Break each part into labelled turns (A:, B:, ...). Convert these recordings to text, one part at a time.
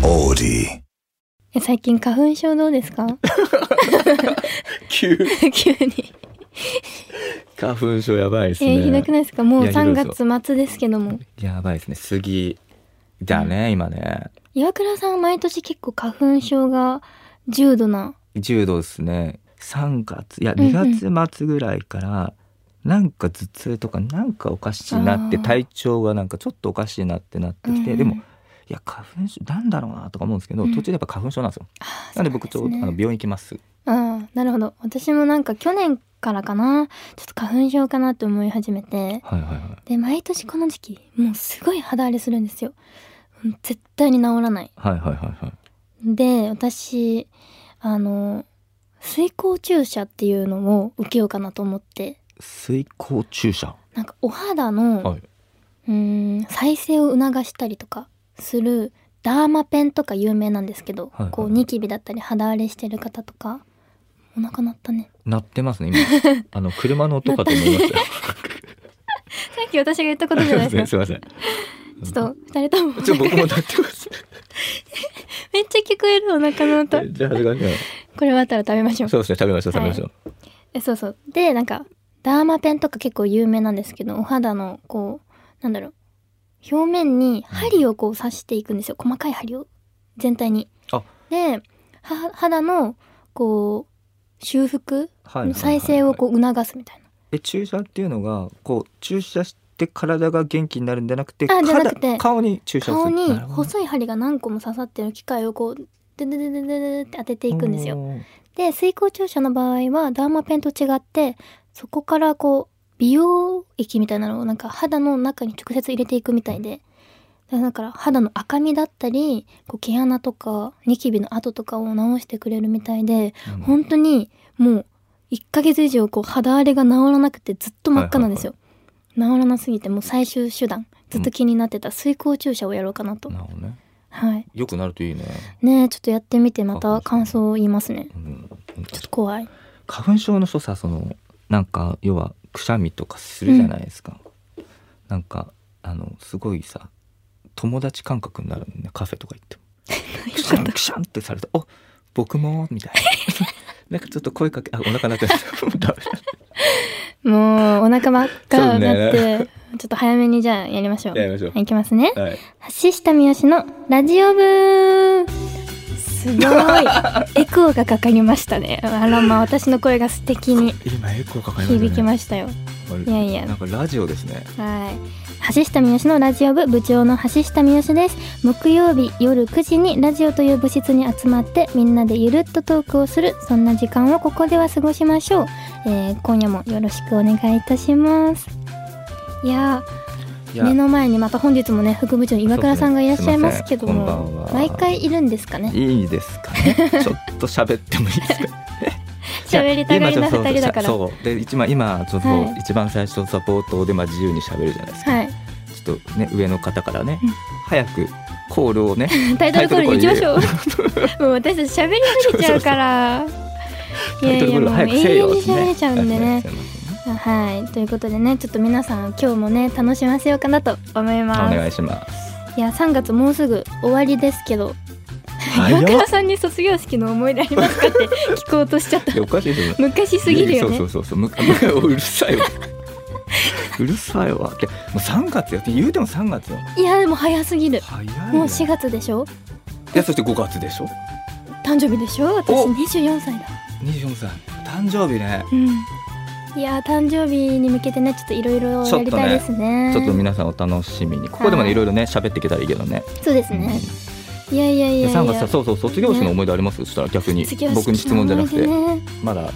A: Beauty.
B: え最近花粉症どうです か
C: 急
B: 急に。
C: 花粉症やばいです
B: え
C: ね。
B: ーひどくないですかもう
C: いやひどい
B: 3
C: ですよ
B: 月末ですけども。
C: やばいですね。杉だね、今ね。
B: 岩倉さんは毎年結構花粉症が重度な。
C: 10度ですね。3月、いや、
B: うんうん
C: 2月末ぐらいから、なんか頭痛とか、なんかおかしいなって、
B: あー
C: 体調がなんかちょっとおかしいなってなってきて、
B: うん
C: でも、いや、花粉症、なんだろうなとか思うんですけど、
B: うん
C: 途中でやっぱ花粉症なんですよ。
B: あー
C: なんで僕ちょうど、あの、病院行きます。
B: ああ、なるほど。私もなんか去年からかな、ちょっと花粉症かなと思い始めて。
C: はいはいはい。
B: で、毎年この時期、もうすごい肌荒れするんですよ。うん絶対に治らない。
C: はいはいはいはい。
B: で、私、あの、水光注射っていうのを受けようかなと思って、
C: 水光注射。
B: なんかお肌の、
C: はい。
B: うーん再生を促したりとかするダーマペンとか有名なんですけど、
C: はいはい
B: こうニキビだったり肌荒れしてる方とかお腹鳴ったね
C: 鳴ってますね、今。あの、車の音かと思いま した。
B: さっき私が言ったことじゃないですか ち
C: すいません。
B: ょっと二人ともめっ
C: ち ょっと僕も鳴ってます。
B: ちゃ聞こえるお腹の音
C: じゃあ、恥ずかしいな
B: これ終わったら食べましょう
C: そうですね、食べましょう、食べましょう。
B: えそうそうでなんかダーマペンとか結構有名なんですけどお肌のこうなんだろう表面に針をこう刺していくんですよ細かい針を全体に
C: あ
B: では肌のこう修復
C: はいはいはいはい
B: の再生をこう促すみたいな、
C: え注射っていうのがこう注射して体が元気になるんじゃなくて
B: あじゃなくて
C: 肌顔に注射をす
B: 顔
C: る
B: に
C: なるほど
B: 細い針が何個も刺さってる機械をこうででででででって当てていくんですよ
C: おー
B: で水光注射の場合はダーマペンと違ってそこからこう美容液みたいなのをなんか肌の中に直接入れていくみたいでだから肌の赤みだったりこう毛穴とかニキビの跡とかを直してくれるみたいで
C: うん
B: 本当にもう1ヶ月以上こう肌荒れが治らなくてずっと真っ赤なんですよ、治らなすぎてもう最終手段ずっと気になってた水光注射をやろうかなと、
C: なるほどね
B: はい
C: よくなるといいね、
B: ねえちょっとやってみて
C: あ
B: ま
C: そう
B: た
C: そう
B: 感想を言いますね
C: うん、
B: ちょっと怖い
C: 花粉症の人さそのなんか要はくしゃみとかするじゃないですか、なんかあのすごいさ友達感覚になるのねカフェとか行 ってもくしゃんくしゃんってされたお僕もみたい ななんかちょっと声かけあお腹鳴ってるダメだ
B: もうお腹ばっ
C: そ
B: か
C: う
B: な
C: ね
B: って、 ちょっと早めにじゃあやりましょう。
C: やりましょう
B: はい、いきますね。
C: はい、
B: 橋下三好のラジオ部す ごいエコーがかかりましたね。あらまあ私の声が素敵に
C: 今エコーかかりましたね
B: 響きましたよ。
C: い
B: いやいや
C: なんかラジオですね。
B: はい。橋下三好のラジオ部部長の橋下三好です。木曜日夜9時にラジオという部室に集まってみんなでゆるっとトークをするそんな時間をここでは過ごしましょう。えー今夜もよろしくお願いいたします。いや
C: い
B: ー目の前にまた本日もね副部長の岩倉さんがいらっしゃいますけど
C: そうですねこんばん
B: も、
C: は
B: 毎回いるんですかね。
C: いいですか ね。ちょっと喋ってもいいですか。
B: 喋りたがりな二人だ
C: 今ちょっとそう
B: から。
C: そうで一番今ちょっと、
B: はい
C: 一番最初のサポートでまあ自由に喋るじゃないですか。
B: はい。
C: ちょっとね上の方からね、
B: うん
C: 早くコールをね。
B: タイトルコールに行きましょう
C: タ。
B: もう私たち喋りすぎちゃうから。い
C: タイ
B: や
C: ト
B: い
C: ルコー
B: や
C: ル
B: もう
C: 早
B: 永
C: くせえ
B: 遠
C: よ
B: に喋れちゃうんで
C: はい
B: ね
C: す。いません
B: はい、ということでね、ちょっと皆さん今日もね楽しませようかなと思いま
C: お
B: す。
C: 願いします。
B: いや3月もうすぐ終わりですけど、
C: 早
B: 岩
C: っ。
B: 倉さんに卒業式の思い出ありますかって聞こうとしちゃ った
C: い。やおかしいですよね。
B: 昔すぎるよね。
C: そうそうそうそう。む うるさ いわ。うるさいわってもう三月よって言うても三月よ。
B: いやでも早すぎる。
C: 早いよ。
B: もう4月でしょ。
C: いやそして5月でしょ
B: 誕生日でしょ。私
C: お
B: 24歳だ。
C: 24歳誕生日ね、
B: うん。いや誕生日に向けてねちょっといろいろやりたいですね。
C: ちょっと皆さんお楽しみにここでも
B: は
C: ね
B: い
C: いろいろね喋っていけたらいいけどね
B: そうですね。いやいやい
C: で
B: やい
C: 3月
B: や
C: さ。そうそう卒業式の思い出あります、そしたら逆に
B: 卒業式
C: 僕に質問じゃなくて、
B: の思い出ね
C: まだ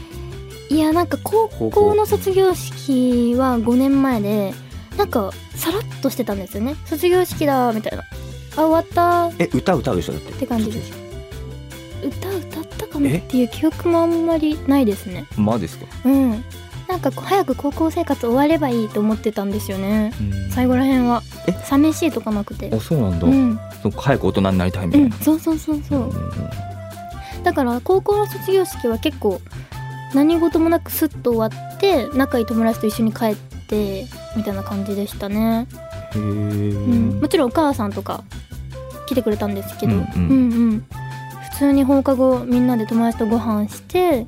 B: いやなんか高
C: 高
B: 校
C: 校
B: の卒業式は5年前でなんかさらっとしてたんですよね卒業式だみたいなあ終わったっ
C: え歌歌うでしょだって
B: て感じです歌歌ったかもっていう記憶もあんまりないですね
C: マジですか、
B: うんなんかこう早く高校生活終わればいいと思ってたんですよね最後らへんは
C: え
B: 寂しいとかなくて
C: あそうなんだ、
B: うん
C: そう早く大人になりたいみ
B: う
C: たい
B: ん
C: な、
B: そうそうそうそ
C: ん
B: うん
C: ん
B: だから高校の卒業式は結構何事もなくスッと終わって仲いい友達と一緒に帰ってみたいな感じでしたね、
C: へー
B: うんもちろんお母さんとか来てくれたんですけど、う
C: うんん
B: う
C: うんん
B: 普通に放課後みんなで友達とご飯して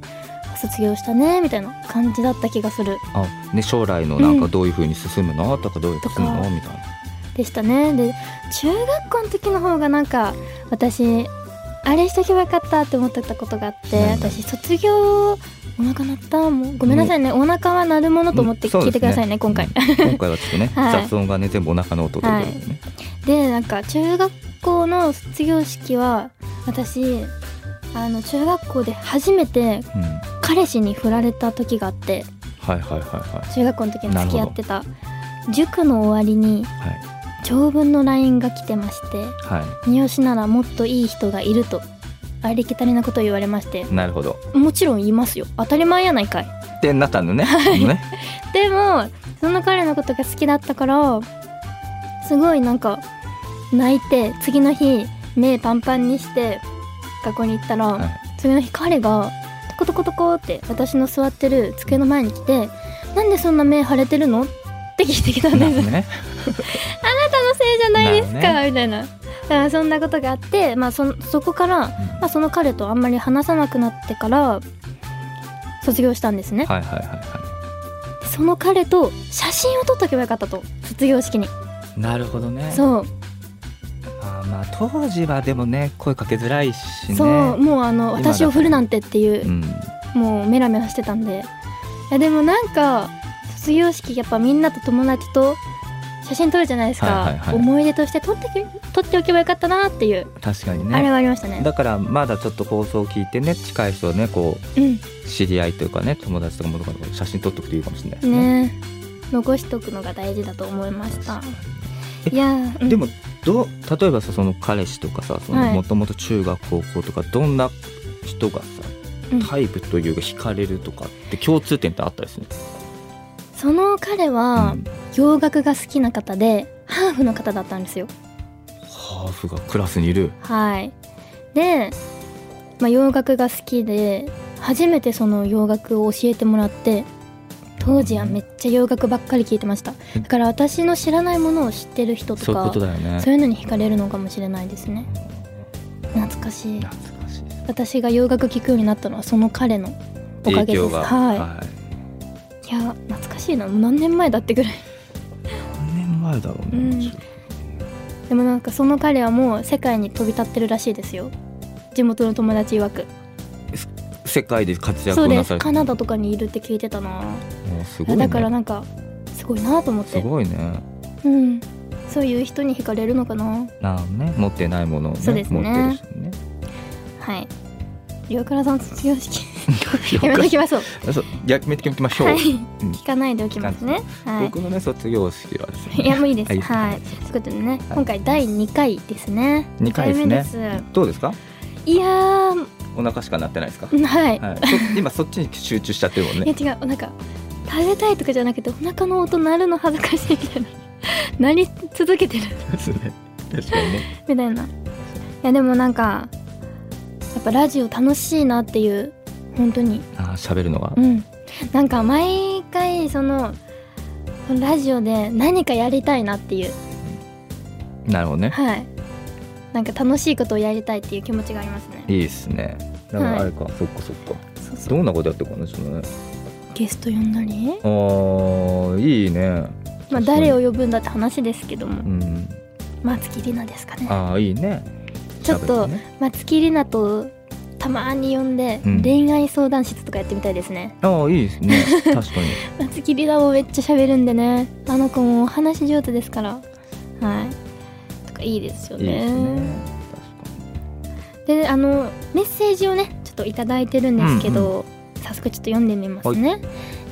B: 卒業したねみたいな感じだった気がする
C: あね将来のなん
B: う
C: か
B: ん
C: どういうふうに進むのとかどういうふうに進む
B: とか
C: のみたいな
B: でしたねで中学校の時の方がなんか私あれしとけばよかったって思ってたことがあって、
C: うん
B: 私卒業お腹鳴ったもうごめんなさいね、お腹は鳴るものと思って
C: うんそう
B: 聞い
C: です
B: てくださいね今回
C: うん今回はちょっとね、
B: はい
C: 雑音がね全部お腹の音ということでね、
B: でなんか中学校の卒業式は私あの中学校で初めて
C: うん
B: 彼氏に振られた時があって
C: はいはいはいは
B: 中学校の時に付き合ってた塾の終わりに
C: い
B: 長文の LINE が来てまして
C: はいは
B: 「三好ならもっといい人がいる」とありきたりなことを言われまして
C: いなるほど
B: もちろん言いますよ当たり前やないかい
C: ってなったのね,、ね
B: でもその彼のことが好きだったからすごいなんか泣いて次の日目パンパンにして学校に行ったら、
C: はい
B: 次の日彼がトコトコトコって私の座ってる机の前に来て「なんでそんな目腫れてるの?」って聞いてきたんです
C: なるね
B: そのせいじゃないですか、
C: な
B: みたいなだからそんなことがあって、まあ、そそこから、まあ、その彼とあんまり話さなくなってから卒業したんですね、
C: はいはいはいは
B: その彼と写真を撮っとけばよかったと卒業式に
C: いなるほどね
B: そう
C: あーまあ当時はでもね声かけづらいしね
B: そうもうあの
C: 今だから
B: 私を振るなんてっていうう、
C: ん
B: もうメラメラしてたんでいやでもなんか卒業式やっぱみんなと友達と写真撮るじゃないですか、
C: はいはいはい
B: 思い出として撮ってけ撮っておけばよかったなっていう、
C: 確かに
B: あれ
C: ね
B: はありましたね
C: だからまだちょっと放送を聞いてね近い人はねこ
B: うん
C: う知り合いというかね友達とかもとか写真撮っとくといいかもしれないですね
B: ね残しとくのが大事だと思いました
C: え
B: いやーうん
C: でもどう例えばさその彼氏とかさその
B: はい
C: もともと中学高校とかどんな人がさ
B: うん
C: タイプというか惹かれるとかって共通点ってあったりするんですか
B: その彼は
C: うん
B: 洋楽が好きな方でハーフの方だったんですよ
C: ハーフがクラスにいる
B: はいで、まあ、洋楽が好きで初めてその洋楽を教えてもらって当時はめっちゃ洋楽ばっかり聴いてましただから私の知らないものを知ってる人とか
C: そういうことだよね
B: そういうのに惹かれるのかもしれないですね懐かしい
C: 懐かしい
B: 私が洋楽聴くようになったのはその彼のおかげ
C: 影
B: です
C: 響が
B: はい、
C: はい
B: いや懐かしいな何年前だってぐらい
C: 何年前だろうね、
B: うんでもなんかその彼はもう世界に飛び立ってるらしいですよ地元の友達曰く
C: 世界で活躍
B: そ
C: を
B: うで
C: なさ
B: す
C: れて
B: カナダとかにいるって聞いてたな、
C: もうすごい、ね、
B: だからなんかすごいなと思っ
C: す
B: て
C: ごいね
B: うんそういう人に惹かれるのかな
C: なんね持ってないものを、ね
B: そうですね
C: 持ってるしね
B: はい岩倉さん卒 業式
C: 了
B: やめと
C: 解
B: きましょう
C: そうやめておきましょう、
B: はい
C: うん
B: 聞かないでおきますねはい
C: 僕のね卒業式はですね
B: いやもういいです
C: あ
B: はい
C: です
B: ということでね
C: い
B: 今回第2回ですね
C: 二回ですね
B: 二目で
C: どうですか
B: すいやー
C: お腹しかなってないですか、
B: うんはい
C: はい、そ今そっちに集中しちゃってるもんね
B: いや違うなんか食べたいとかじゃなくてお腹の音鳴るの恥ずかしいみたいな 鳴り続けてる
C: ですね 確かにね
B: みたいないやでもなんかやっぱラジオ楽しいなっていう本当に
C: あー喋るのが、
B: うんなんか毎回そのそのラジオで何かやりたいなっていう
C: なるほどね
B: はいなんか楽しいことをやりたいっていう気持ちがありますね
C: いいですねだからあれか、そっかそっか
B: そうそう
C: どんなことやってるかなちょっとね
B: ゲスト呼んだり
C: あーいいね
B: まあ
C: 確かに
B: 誰を呼ぶんだって話ですけども
C: うん
B: 松木里奈ですかね
C: ああいいね
B: ちょっと
C: 喋るね
B: 松木里奈とたまに呼んで、
C: うん
B: 恋愛相談室とかやってみたいですね
C: ああいいですね確 かに
B: 松木里奈もめっちゃ喋るんでねあの子もお話上手ですからはいとかいいですよ
C: いいで
B: ね
C: すね
B: であのメッセージをねちょっと頂いただいてるんですけど、早速ちょっと読んでみますね、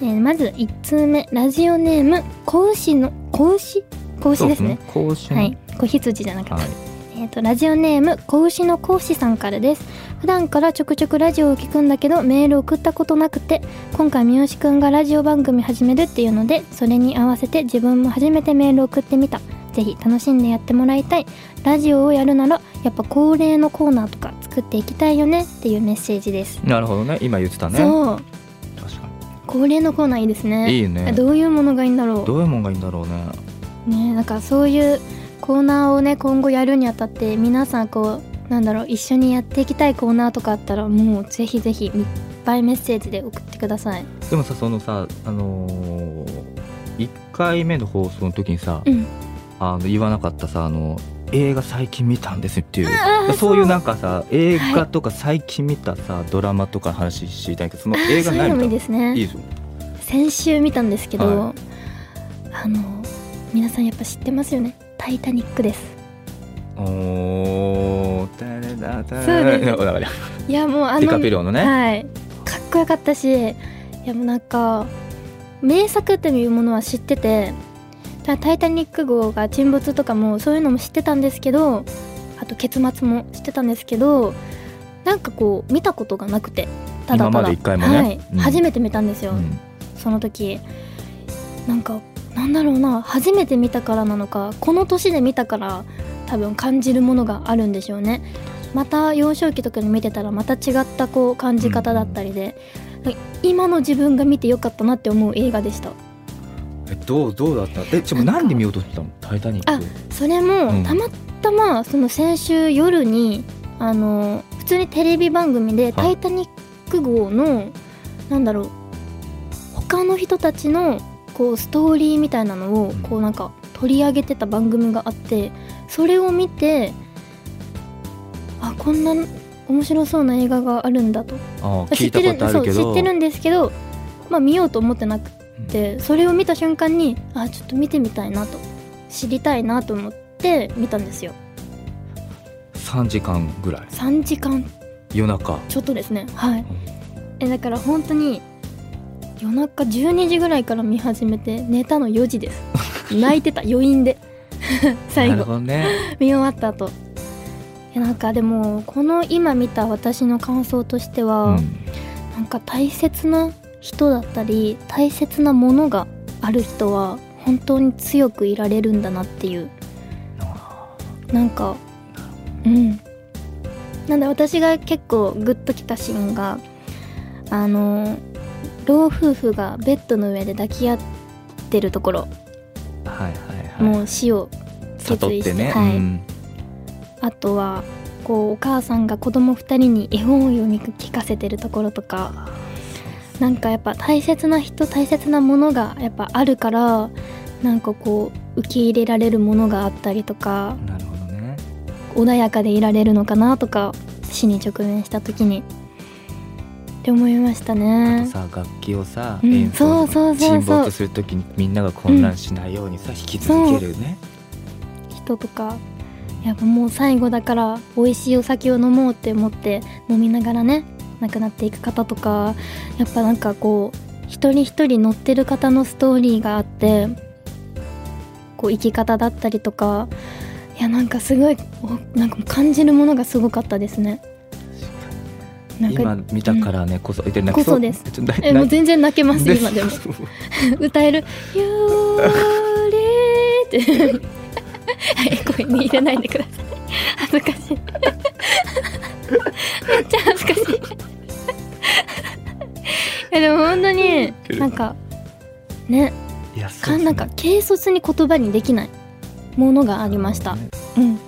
B: えーまず1通目ラジオネーム子牛の子牛
C: 確か
B: 子牛
C: に
B: ですね
C: そうですね
B: はい子羊じゃなかっ
C: はい、
B: た、
C: はい、
B: えー、とラジオネーム子牛の講師さんからです普段からちょくちょくラジオを聞くんだけどメール送ったことなくて今回三好くんがラジオ番組始めるっていうのでそれに合わせて自分も初めてメール送ってみたぜひ楽しんでやってもらいたいラジオをやるならやっぱ恒例のコーナーとか作っていきたいよねっていうメッセージです、
C: なるほどね今言ってたね
B: そう
C: 確か
B: 恒例のコーナーいいですね
C: にいいね
B: どういうものがいいんだろ
C: どういうもんがいいんだろうね
B: うねなんかそういうコーナーをね今後やるにあたって皆さんこうなんだろう一緒にやっていきたいコーナーとかあったらもうぜひぜひいっぱいメッセージで送ってください。
C: でもさそのさあのー、1回目の放送の時にさ、
B: うん
C: あの言わなかったさあの映画最近見たんですっていう
B: あー
C: そうい
B: そう
C: うなんかさ映画とか最近見たさ、ドラマとかの話知りたいけどその映画
B: そういう
C: 何
B: のもいい
C: 見
B: で
C: た
B: すね。
C: いいぞ
B: 先週見たんですけど、
C: は
B: あの皆さんやっぱ知ってますよね「タイタニック」です
C: おー誰だ誰
B: そうです
C: だわかる
B: いやもうあ
C: ディ
B: の
C: カピロのね、
B: はいかっこよかったしいやもうなんか名作っていうものは知ってて「たタイタニック」号が沈没とかもそういうのも知ってたんですけどあと結末も知ってたんですけどなんかこう見たことがなくてただただ
C: 今まで一回もね
B: はい
C: うん
B: 初めて見たんですよ、
C: うん
B: その時なんかなんだろうな初めて見たからなのかこの年で見たから多分感じるものがあるんでしょうねまた幼少期とかに見てたらまた違ったこう感じ方だったりで、今の自分が見てよかったなって思う映画でした
C: えどうどうだったえちょなんで見ようとしたの「タイタニック」
B: それも
C: うん
B: たまたまその先週夜にあの普通にテレビ番組で「タイタニック号の」なんだろう他の人たちのこうストーリーみたいなのを
C: うん
B: こうなんか取り上げてた番組があってそれを見てあこんな面白そうな映画があるんだと
C: ああ聞
B: 知っ
C: いた
B: て
C: こ
B: る
C: とあるけど
B: そう知ってるんですけど、まあ、見ようと思ってなくてそれを見た瞬間にあちょっと見てみたいなと知りたいなと思って見たんですよ
C: 3時間ぐらい
B: 3時間
C: 夜中
B: ちょっとですねはいえだから本当に夜中12時ぐらいから見始めて寝たの4時です 泣いてた余韻で最
C: なる
B: 後
C: ほどね
B: 見終わった後えなんかでもこの今見た私の感想としては、
C: うん
B: なんか大切な人だったり大切なものがある人は本当に強くいられるんだなっていうなんかうんなんで私が結構グッときたシーンがあの老夫婦がベッドの上で抱き合ってるところ、
C: はいはいはい
B: もう死を
C: 悟ってね、
B: はい
C: うん
B: あとはこうお母さんが子供2人に絵本を読み聞かせてるところとかなんかやっぱ大切な人大切なものがやっぱあるからなんかこう受け入れられるものがあったりとか
C: なるほどね
B: 穏やかでいられるのかなとか死に直面した時にって思いました
C: あと
B: ね。
C: さ楽器をさ、
B: うん
C: 演奏
B: そうそうそうそ
C: 沈
B: う
C: 没するときにみんなが混乱しないようにさ、引き続けるね
B: 人とかやっぱもう最後だから美味しいお酒を飲もうって思って飲みながらね亡くなっていく方とかやっぱなんかこう一人一人乗ってる方のストーリーがあってこう生き方だったりとかいやなんかすごいおなんか感じるものがすごかったですね。なんか
C: 今見たからねこそ、で
B: こそです
C: ちょっとな
B: えもう全然泣けます
C: な
B: 今で も
C: そう
B: 歌える「ゆーれー」ってはい声に入れないでください恥ずかしい めっちゃ恥ずかしいいやでも本 当になんかね
C: いやそう
B: か
C: ですね
B: なんか軽率に言葉にできないものがありました、
C: ね
B: うん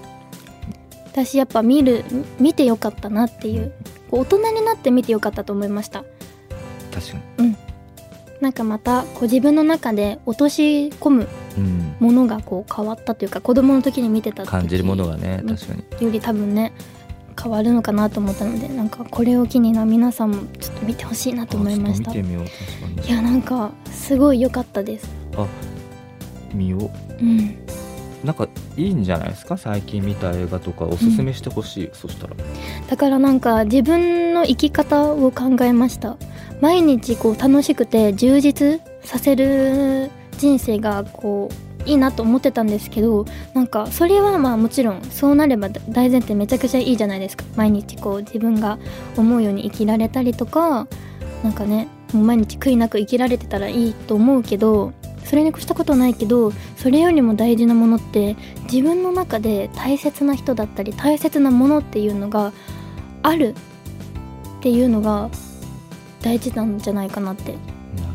B: 私やっぱ見る見てよかったなっていうこう大人になって見てよかったと思いました
C: 確かに
B: なんかまたこう自分の中で落とし込む
C: うん
B: ものがこう変わったというか子供の時に見てた時
C: 感じるものがね
B: うん
C: 確かに
B: より多分ね変わるのかなと思ったのでなんかこれを機にな皆さんもちょっと見てほしいなと思いまし
C: あ
B: た
C: ちょっと見て
B: い
C: みよう確かに
B: やなんかすごい良かったです
C: 見よ
B: うん
C: うなんかいいんじゃないですか最近見た映画とかおすすめしてほしい、そしたら
B: だからなんか自分の生き方を考えました毎日こう楽しくて充実させる人生がこういいなと思ってたんですけどなんかそれはまあもちろんそうなれば大前提めちゃくちゃいいじゃないですか毎日こう自分が思うように生きられたりとかなんかねもう毎日悔いなく生きられてたらいいと思うけどそれに越したことはないけどそれよりも大事なものって自分の中で大切な人だったり大切なものっていうのがあるっていうのが大事なんじゃないかなって
C: なる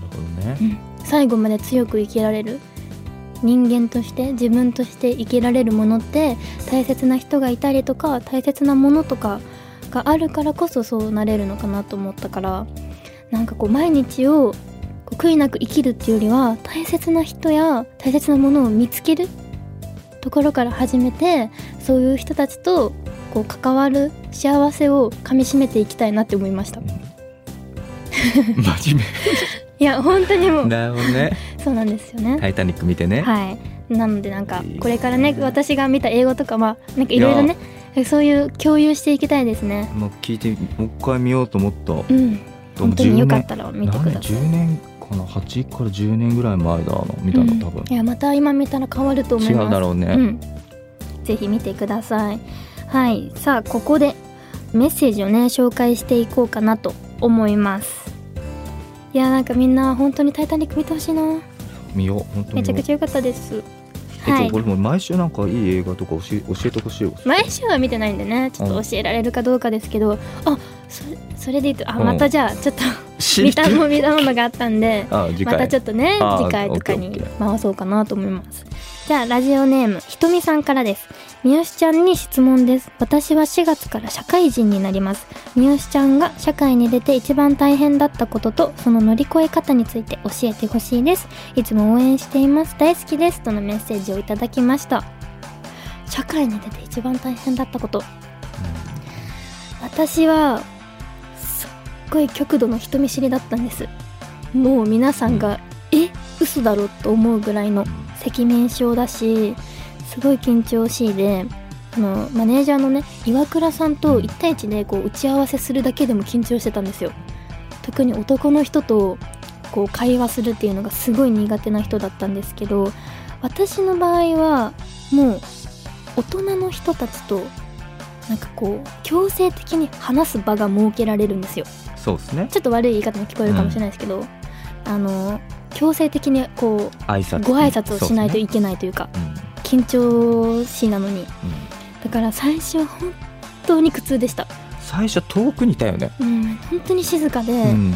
C: ほどね
B: 最後まで強く生きられる人間として自分として生きられるものって大切な人がいたりとか大切なものとかがあるからこそそうなれるのかなと思ったからなんかこう毎日をこう悔いなく生きるっていうよりは大切な人や大切なものを見つけるところから始めてそういう人たちとこう関わる幸せをかみしめていきたいなって思いました
C: うん真面
B: いや本当に
C: 目
B: もう
C: なるほど ね
B: そうなんですよね
C: 「タイタニック」見てね、
B: はい、なのでなんか
C: いいですね
B: これからね私が見た英語とかまあなんかいろいろねそういう共有していきたいですね。
C: もう聞いてもう一回見ようと思った、
B: うん、
C: でも
B: 本当によか
C: 年
B: ったら見てくだ
C: 何
B: さい。
C: 10年かな8から10年ぐらい前だな見たの多分
B: うん、い、やまた今見たら変わると思
C: 違
B: いうます。
C: だろうね、
B: うん、ぜひ見てください。はい、さあここでメッセージをね紹介していこうかなと思います。いやなんかみんな本当に「タイタニック」見てほしいな
C: 見よう本当
B: め
C: に
B: ちゃくちゃ良かったです。
C: えっ
B: は
C: と
B: い、
C: 俺も毎週なんかいい映画とか教え教えてほしいよ
B: 毎週は見てないんでねちょっと教えられるかどうかですけど、あそそれで言うとあ
C: うん
B: またじゃあちょっと
C: 知
B: 見
C: りた
B: た
C: い
B: も見たものがあったんで
C: あ次
B: ま
C: 回、
B: たちょっとね
C: あー
B: 次回とか
C: オッ
B: に
C: ケーオッケ
B: 回そうかなと思いますじゃあラジオネームひとみさんからですみよしちゃんに質問です私は4月から社会人になりますみよしちゃんが社会に出て一番大変だったこととその乗り越え方について教えてほしいですいつも応援しています大好きですとのメッセージをいただきました社会に出て一番大変だったこと私はすっごい極度の人見知りだったんですもう皆さんが「え嘘だろ?」と思うぐらいの赤面症だしすごい緊張しいであのマネージャーのね岩倉さんと1対1でこう打ち合わせするだけでも緊張してたんですよ特に男の人とこう会話するっていうのがすごい苦手な人だったんですけど私の場合はもう大人の人たちとなんかこう強制的に話す場が設けられるんですよ
C: うんそうですね
B: ちょっと悪い言い方も聞こえるかもしれないですけど、あの強制的にこう
C: 挨拶
B: ご挨拶をしないと
C: い
B: いけないというか
C: けない、
B: 緊張しいなのに
C: うんうん
B: だから最初は本当に苦痛でした、
C: 最初遠くにいたよね、
B: うん、本当に静かで、
C: うん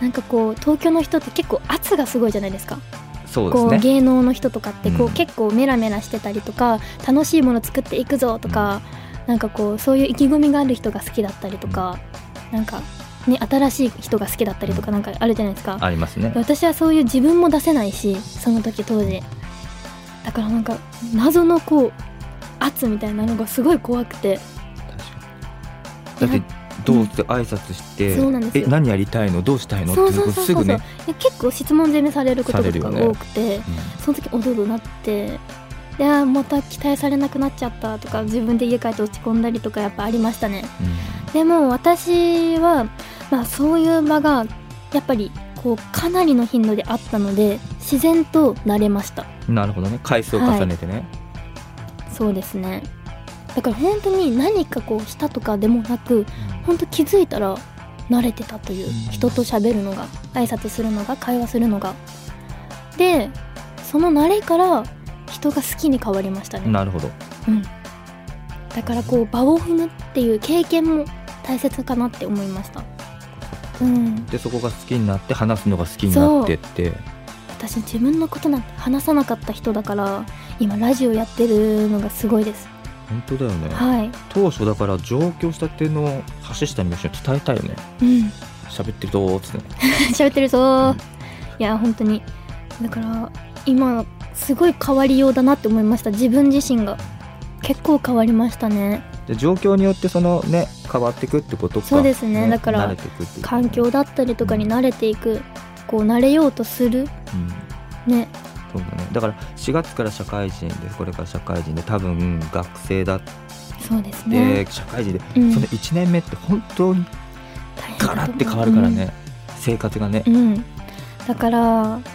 B: なんかこう東京の人って結構圧がすごいじゃないですか
C: そう
B: こう
C: ですね
B: 芸能の人とかってこう、
C: うん
B: 結構メラメラしてたりとか楽しいもの作っていくぞとか、なんかこうそういう意気込みがある人が好きだったりとか、なんかね新しい人が好きだったりとかなんかあるじゃないですか、
C: ありますね
B: 私はそういう自分も出せないしその時当時だからなんか謎のこう圧みたいなのがすごい怖くて
C: 確かにだってどうって挨拶して、
B: そうなんですよ
C: え何やりたいのどうしたいのって
B: そ
C: いうう
B: そ
C: こと
B: うそう
C: す
B: そ
C: ぐ
B: うそう、
C: ね
B: いや結構質問攻めされること
C: される
B: とか
C: よ
B: が
C: ね
B: 多くて、その時おどおどなっていやーまた期待されなくなっちゃったとか自分で家帰って落ち込んだりとかやっぱありましたね
C: うんうん
B: でも私は、まあ、そういう場がやっぱりこうかなりの頻度であったので自然と慣れました
C: なるほどね回数を重ねてね、
B: そうですねだから本当に何かこうしたとかでもなく本当気づいたら慣れてたという
C: うん
B: 人と喋るのが挨拶するのが会話するのがでその慣れから人が好きに変わりました
C: うん
B: ね
C: なるほど
B: だからこう場を踏むっていう経験も大切かなって思いましたうん
C: でそこが好きになって話すのが好きになってって
B: 私自分のことなんて話さなかった人だから今ラジオやってるのがすごいです
C: 本当だよね
B: はい
C: 当初だから上京したての橋下美由に伝えたいよね
B: うん
C: 喋ってるぞーっつって
B: 喋ってるぞーいや本当にだから今すごい変わりようだなって思いました自分自身が結構変わりましたね
C: で状況によってそのね変わってくってことか
B: そうですねだから
C: 慣れてくっていう
B: 環境だったりとかに慣れていくこう慣れようとする
C: うん
B: ね
C: そうだねだから4月から社会人でこれから社会人で多分学生だって、
B: そうですね、
C: 社会人で、
B: うん
C: その1年目って本当に
B: 大変だと
C: ガ
B: 思う
C: ラって変わるからね、生活がね、
B: うん、うんだからなんか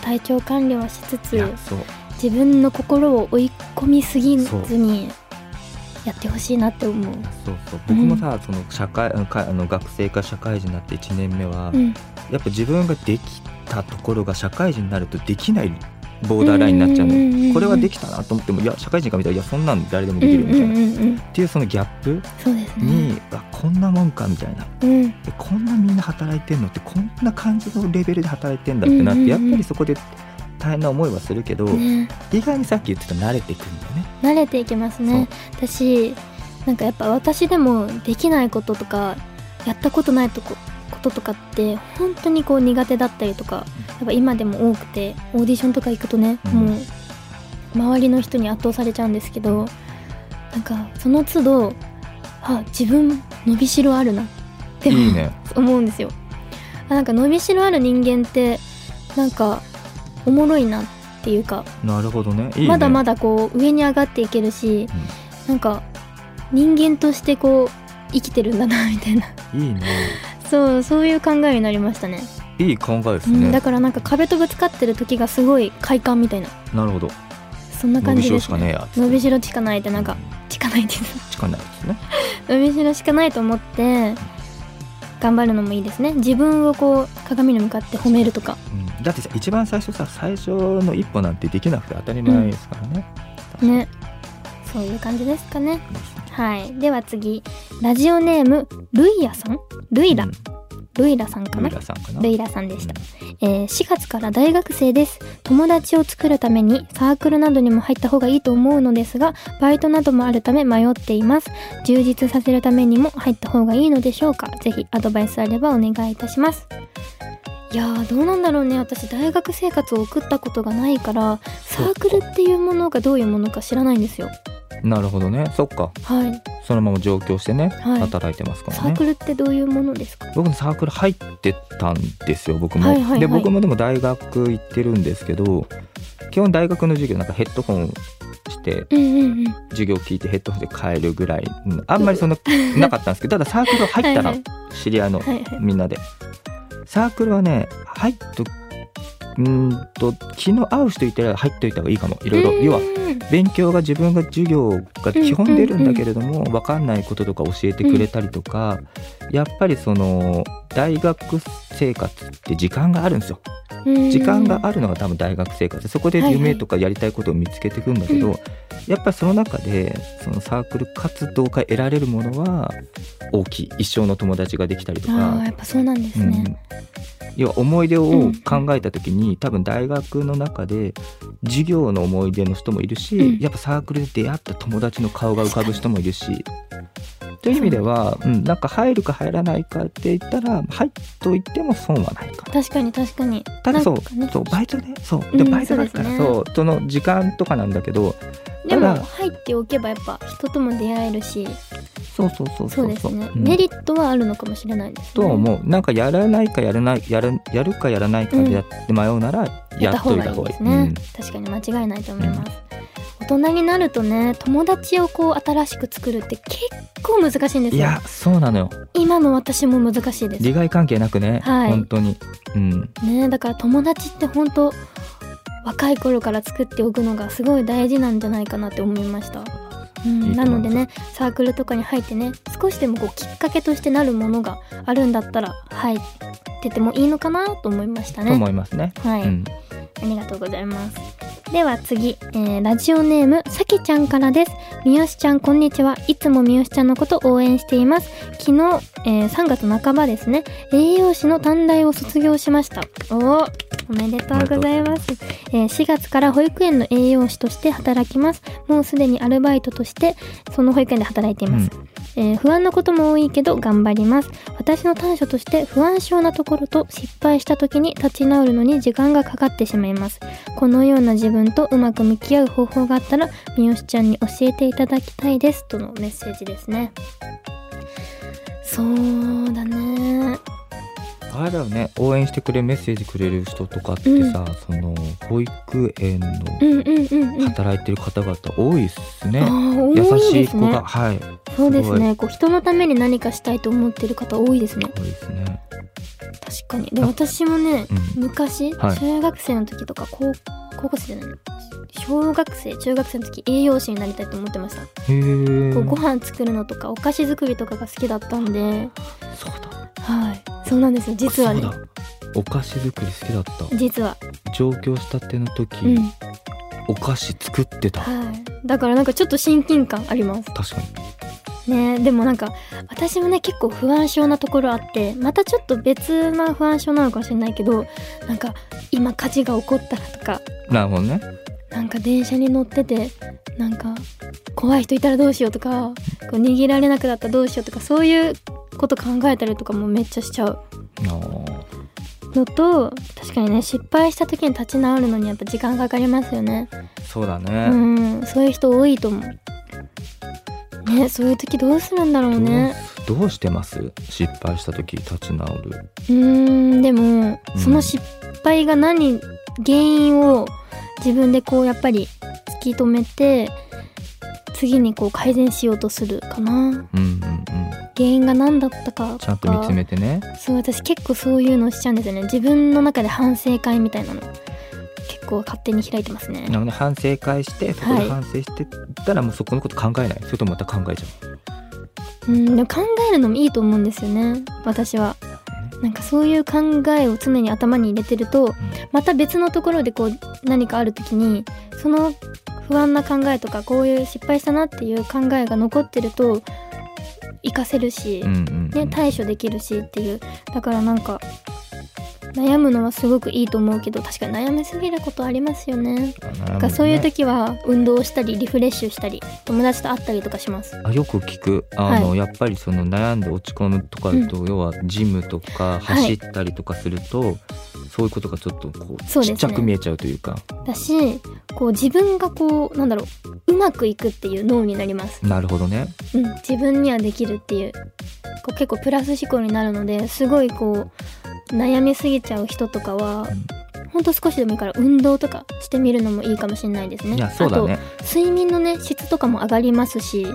B: 体調管理はしつ
C: い
B: つ
C: やそう
B: 自分の心を追い込みすぎずにやってほしいなって思う
C: そうそう僕もさ、その社会かあの学生から社会人になって1年目は、
B: うん
C: やっぱ自分ができたところが社会人になるとできないボーダーラインになっちゃうの、
B: うんうんうんうん
C: これはできたなと思ってもいや社会人から見たらいやそんなん誰でも
B: う
C: で
B: ん
C: きるよみたいな、
B: うん
C: っ
B: うんうん
C: ていうそのギャップ
B: そうですね
C: に、あこんなもんかみたいな
B: うん
C: えこんなみんな働いてんのってこんな感じのレベルで働いてんだってなって、
B: うんうんう
C: や
B: ん
C: っぱりそこで大変な思いはするけど、
B: ね
C: 意外にさっき言ってた慣れていくんだよね
B: 慣れていきますね私なんかやっぱ私でもできないこととかやったことないとここととかって本当にこう苦手だったりとかやっぱ今でも多くてオーディションとか行くとね、
C: うん
B: もう周りの人に圧倒されちゃうんですけどなんかその都度あ自分伸びしろあるなって
C: いいね
B: 思うんですよあなんか伸びしろある人間ってなんかおもろいなっていうか
C: なるほどねいいね
B: まだま
C: だ
B: だこう上に上がっていけるし、なんか人間としてこう生きてるんだなみたいな
C: いいね
B: そうそういう考えになりましたね
C: いい考えです
B: うん、
C: ね
B: だからなんか壁とぶつかってる時がすごい快感みたいな
C: なるほど
B: そんな
C: 伸
B: 感
C: び
B: じ
C: し
B: で
C: ろし
B: す
C: か
B: ね
C: ねえや
B: 伸び
C: し
B: しろしかないってなんかしかないです
C: ろしかないですね
B: 伸びしろしかないと思って頑張るのもいいですね自分をこう鏡に向かって褒めるとか
C: うんだってさ一番最初さ最初の一歩なんてできなくて当たり前ですからね、
B: ねそういう感じですかねはいでは次ラジオネームルイヤさんルイラ、
C: うん
B: ルイラさんか
C: ル
B: な
C: イラさんかな
B: ルイラさんでした、えー4月から大学生です友達を作るためにサークルなどにも入った方がいいと思うのですがバイトなどもあるため迷っています充実させるためにも入った方がいいのでしょうかぜひアドバイスあればお願いいたしますいやーどうなんだろうね私大学生活を送ったことがないからサークルっていうものがどういうものか知らないんですよ
C: なるほどねそっか
B: はい
C: そのまま上京してね、
B: はい
C: 働いてますか
B: サ
C: ら
B: ーク
C: ね
B: ルってどういうものですか
C: 僕のサークル入ってたんですよ僕も、
B: はいはいはい
C: で僕もでも大学行ってるんですけど基本大学の授業なんかヘッドホンして
B: うんうんうん
C: 授業聞いてヘッドホンで変えるぐらいうんあんまりそ んななかったんですけどただサークル入った
B: は
C: ら
B: い
C: 知り合いの
B: はいはいはい
C: みんなでサークルはね入っとうーんと気の合う人いたら入っといた方がいいかもいろいろ要は
B: うん
C: 勉強が自分が授業が基本出るんだけれども、分かんないこととか教えてくれたりとか、やっぱりその大学生活って時間があるんですよ
B: うん
C: 時間があるのが多分大学生活でそこで
B: はいはい
C: 夢とかやりたいことを見つけていくんだけど、
B: う
C: やっぱりその中でそのサークル活動から得られるものは大きい一生の友達ができたりと
B: あ
C: か
B: ーやっぱそうなんです
C: う
B: ね、
C: ん、要は思い出を考えた時に、多分大学の中で授業の思い出の人もいるし、
B: うん
C: やっぱサークルで出会った友達の顔が浮かぶ人もいるし。という意味では、うん、なんか入るか入らないかって言ったら入っといても損はないかな
B: 確かに確かに
C: ただそう,、
B: なんかね
C: そうバイトねそう
B: う
C: で
B: ん
C: バイトだから
B: そう
C: そう,、
B: ですね
C: その時間とかなんだけど
B: で
C: た
B: も
C: だ
B: 入っておけばやっぱ人とも出会えるし
C: そうそうそう
B: そうですねメリットはあるのかもしれないですね
C: とは思うなんかやらないかやらないやるやるかやらないかでやって迷うならや
B: やった
C: っと
B: 方
C: い
B: が
C: た
B: い
C: 方
B: い
C: が
B: で
C: いい
B: すね
C: うん
B: 確かに間違いないと思います、大人になるとね友達をこう新しく作るって結構難しいんです
C: い
B: よ
C: やそうなのよ
B: 今の私も難しいです
C: 利害関係なくね、
B: はい
C: 本当にうん
B: ねだから友達って本当若い頃から作っておくのがすごい大事なんじゃないかなって思いました、うん、
C: いいと思います
B: なのでねサークルとかに入ってね少しでもこうきっかけとしてなるものがあるんだったら入っててもいいのかなと思いました
C: と
B: ね
C: 思いますね、
B: はい、
C: うん
B: ありがとうございますでは次、えーラジオネームさきちゃんからですみよしちゃんこんにちはいつもみよしちゃんのこと応援しています昨日、えー3月半ばですね栄養士の短大を卒業しましたおーおめでとうございます、えー4月から保育園の栄養士として働きますもうすでにアルバイトとしてその保育園で働いています、えー不安なことも多いけど頑張ります私の短所として不安症なところと失敗した時に立ち直るのに時間がかかってしまいますこのような自分とうまく向き合う方法があったらみよしちゃんに教えていただきたいですとのメッセージですねそうだね
C: あれだよね応援してくれるメッセージくれる人とかってさ、その保育園の
B: うんうんうんうん
C: 働いてる方々多いっすね、
B: ああ
C: 優
B: 多い
C: し
B: で
C: い
B: す
C: 子が、
B: ね
C: はい
B: そうです
C: すご
B: ねこう人のために何かしたいと思ってる方多いですね
C: 多いですね
B: 確かにで私もね
C: うん
B: 昔、
C: はい
B: 中学生の時とか高高校生じゃない小学生中学生の時栄養士になりたいと思ってました、
C: へえ
B: こうご飯作るのとかお菓子作りとかが好きだったんで
C: そうだ
B: はいそうなんですよ実はね
C: そうだお菓子作り好きだった
B: 実は
C: 上京したての時、
B: うん
C: お菓子作ってた
B: はいだからなんかちょっと親近感あります
C: 確かに
B: ねでもなんか私もね結構不安症なところあってまたちょっと別な不安症なのかもしれないけどなんか今火事が起こったらとか
C: なるほどね
B: なんか電車に乗っててなんか怖い人いたらどうしようとかこう逃げられなくなったらどうしようとかそういうこと考えたりとかもめっちゃしちゃう
C: あー
B: のと確かにね失敗した時に立ち直るのにやっぱ時間かかりますよね
C: そうだ
B: う
C: ね、
B: んそういう人多いと思うねそういう時どうするんだろうね
C: どうしてます失敗した時立ち直る
B: うーんでも、
C: うん
B: その失敗が何原因を自分でこうやっぱり突き止めて次にこう改善しようとするかな
C: うんうんうん
B: 原因が何だったかとか
C: ちゃんと見つめてね
B: そう私結構そういうのしちゃうんですよね自分の中で反省会みたいなの結構勝手に開いてますね
C: なので反省会してそこで反省してったらもうそこのこと考えないそれともまた考えちゃ
B: うんでも考えるのもいいと思うんですよね私はなんかそういう考えを常に頭に入れてるとまた別のところでこう何かある時にその不安な考えとかこういう失敗したなっていう考えが残ってると活かせるし
C: う、うんうんう
B: ね、
C: ん、
B: 対処できるしっていうだからなんか悩むのはすごくいいと思うけど確かに悩みすぎることありますよね。
C: な
B: だからそういう時は運動したりリフレッシュしたり友達と会ったりとかします。
C: あよく聞くあの、
B: は
C: やっぱりその悩んで落ち込むとかだと、要はジムとか走ったりとかすると、そういうことがちょっとこう
B: そうです
C: ち
B: ね
C: っちゃく見えちゃうというか
B: だしこう自分がこうなんだろううまくいくっていう脳になります。
C: なるほどね
B: うん、自分にはできるっていうこう結構プラス思考になるのですごいこう悩みすぎちゃう人とかは、ほんと少しでもいいから運動とかしてみるのもいいかもしれないですね。
C: いやそうだね
B: あと睡眠のね質とかも上がりますし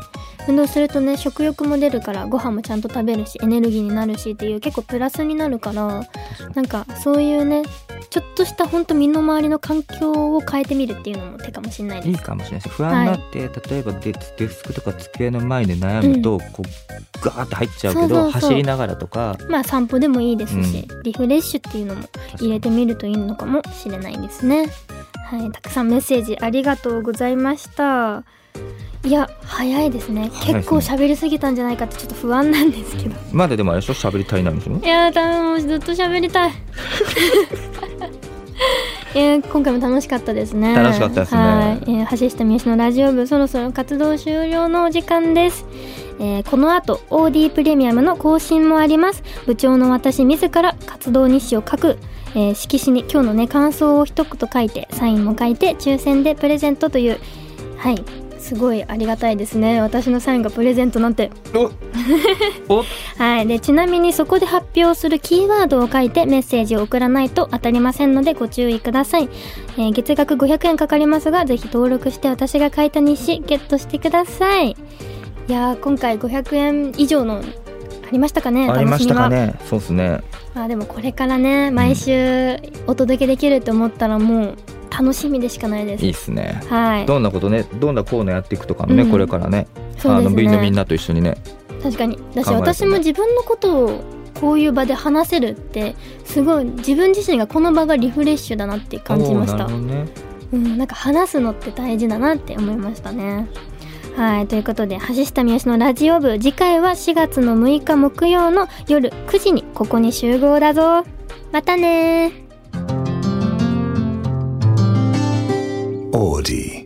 B: 運動するとね食欲も出るからご飯もちゃんと食べるしエネルギーになるしっていう結構プラスになるからなんかそういうねちょっとしたほんと身の回りの環境を変えてみるっていうのも手かもしれない
C: い
B: で
C: い
B: す。
C: かもしれないし不安になって、例えばデデスクとか机の前で悩むと、こうガーって入っちゃうけど
B: そうそうそう
C: 走りながらとか
B: まあ散歩でもいいですし、リフレッシュっていうのも入れてみるといいのかもしれないですね。はい、たくさんメッセージありがとうございました。いや、早いですね。
C: 早いですね
B: 結構喋りすぎたんじゃないかってちょっと不安なんですけど。
C: まだでもあれでしょ喋り足りないんでしょ
B: いやー、多分もうずっと喋りたい。 えー、今回も楽しかったですね。
C: 楽しかったですね
B: はい、えー、橋下美由のラジオ部、そろそろ活動終了のお時間です。えーこの後 OD プレミアムの更新もあります部長の私自ら活動日誌を書く、えー色紙に今日のね感想を一言書いてサインも書いて抽選でプレゼントというはいすごいありがたいですね私のサインがプレゼントなんて
C: おお
B: はい、でちなみにそこで発表するキーワードを書いてメッセージを送らないと当たりませんのでご注意ください、えー月額500円かかりますがぜひ登録して私が書いた日誌ゲットしてくださいいやー今回500円以上のありましたかね
C: ありましたか
B: 楽し
C: ねそうですね
B: みはまあでもこれからね毎週お届けできると思ったらもう楽しみでしかないです
C: いいっすね
B: はい
C: どんなことねどんなコーナーやっていくとかもね、
B: うん
C: これからね
B: そう
C: あ
B: で
C: の
B: す
C: 部員のみん
B: ね
C: なと一緒にね
B: 確かにだし
C: 考えてね
B: 私も自分のことをこういう場で話せるってすごい自分自身がこの場がリフレッシュだなって感じまし
C: おーな
B: た
C: るほどね
B: うん、なんか話すのって大事だなって思いましたね。はい、ということで、橋下三好のラジオ部、次回は4月の6日木曜の夜9時にここに集合だぞ。またねー。
A: Audi.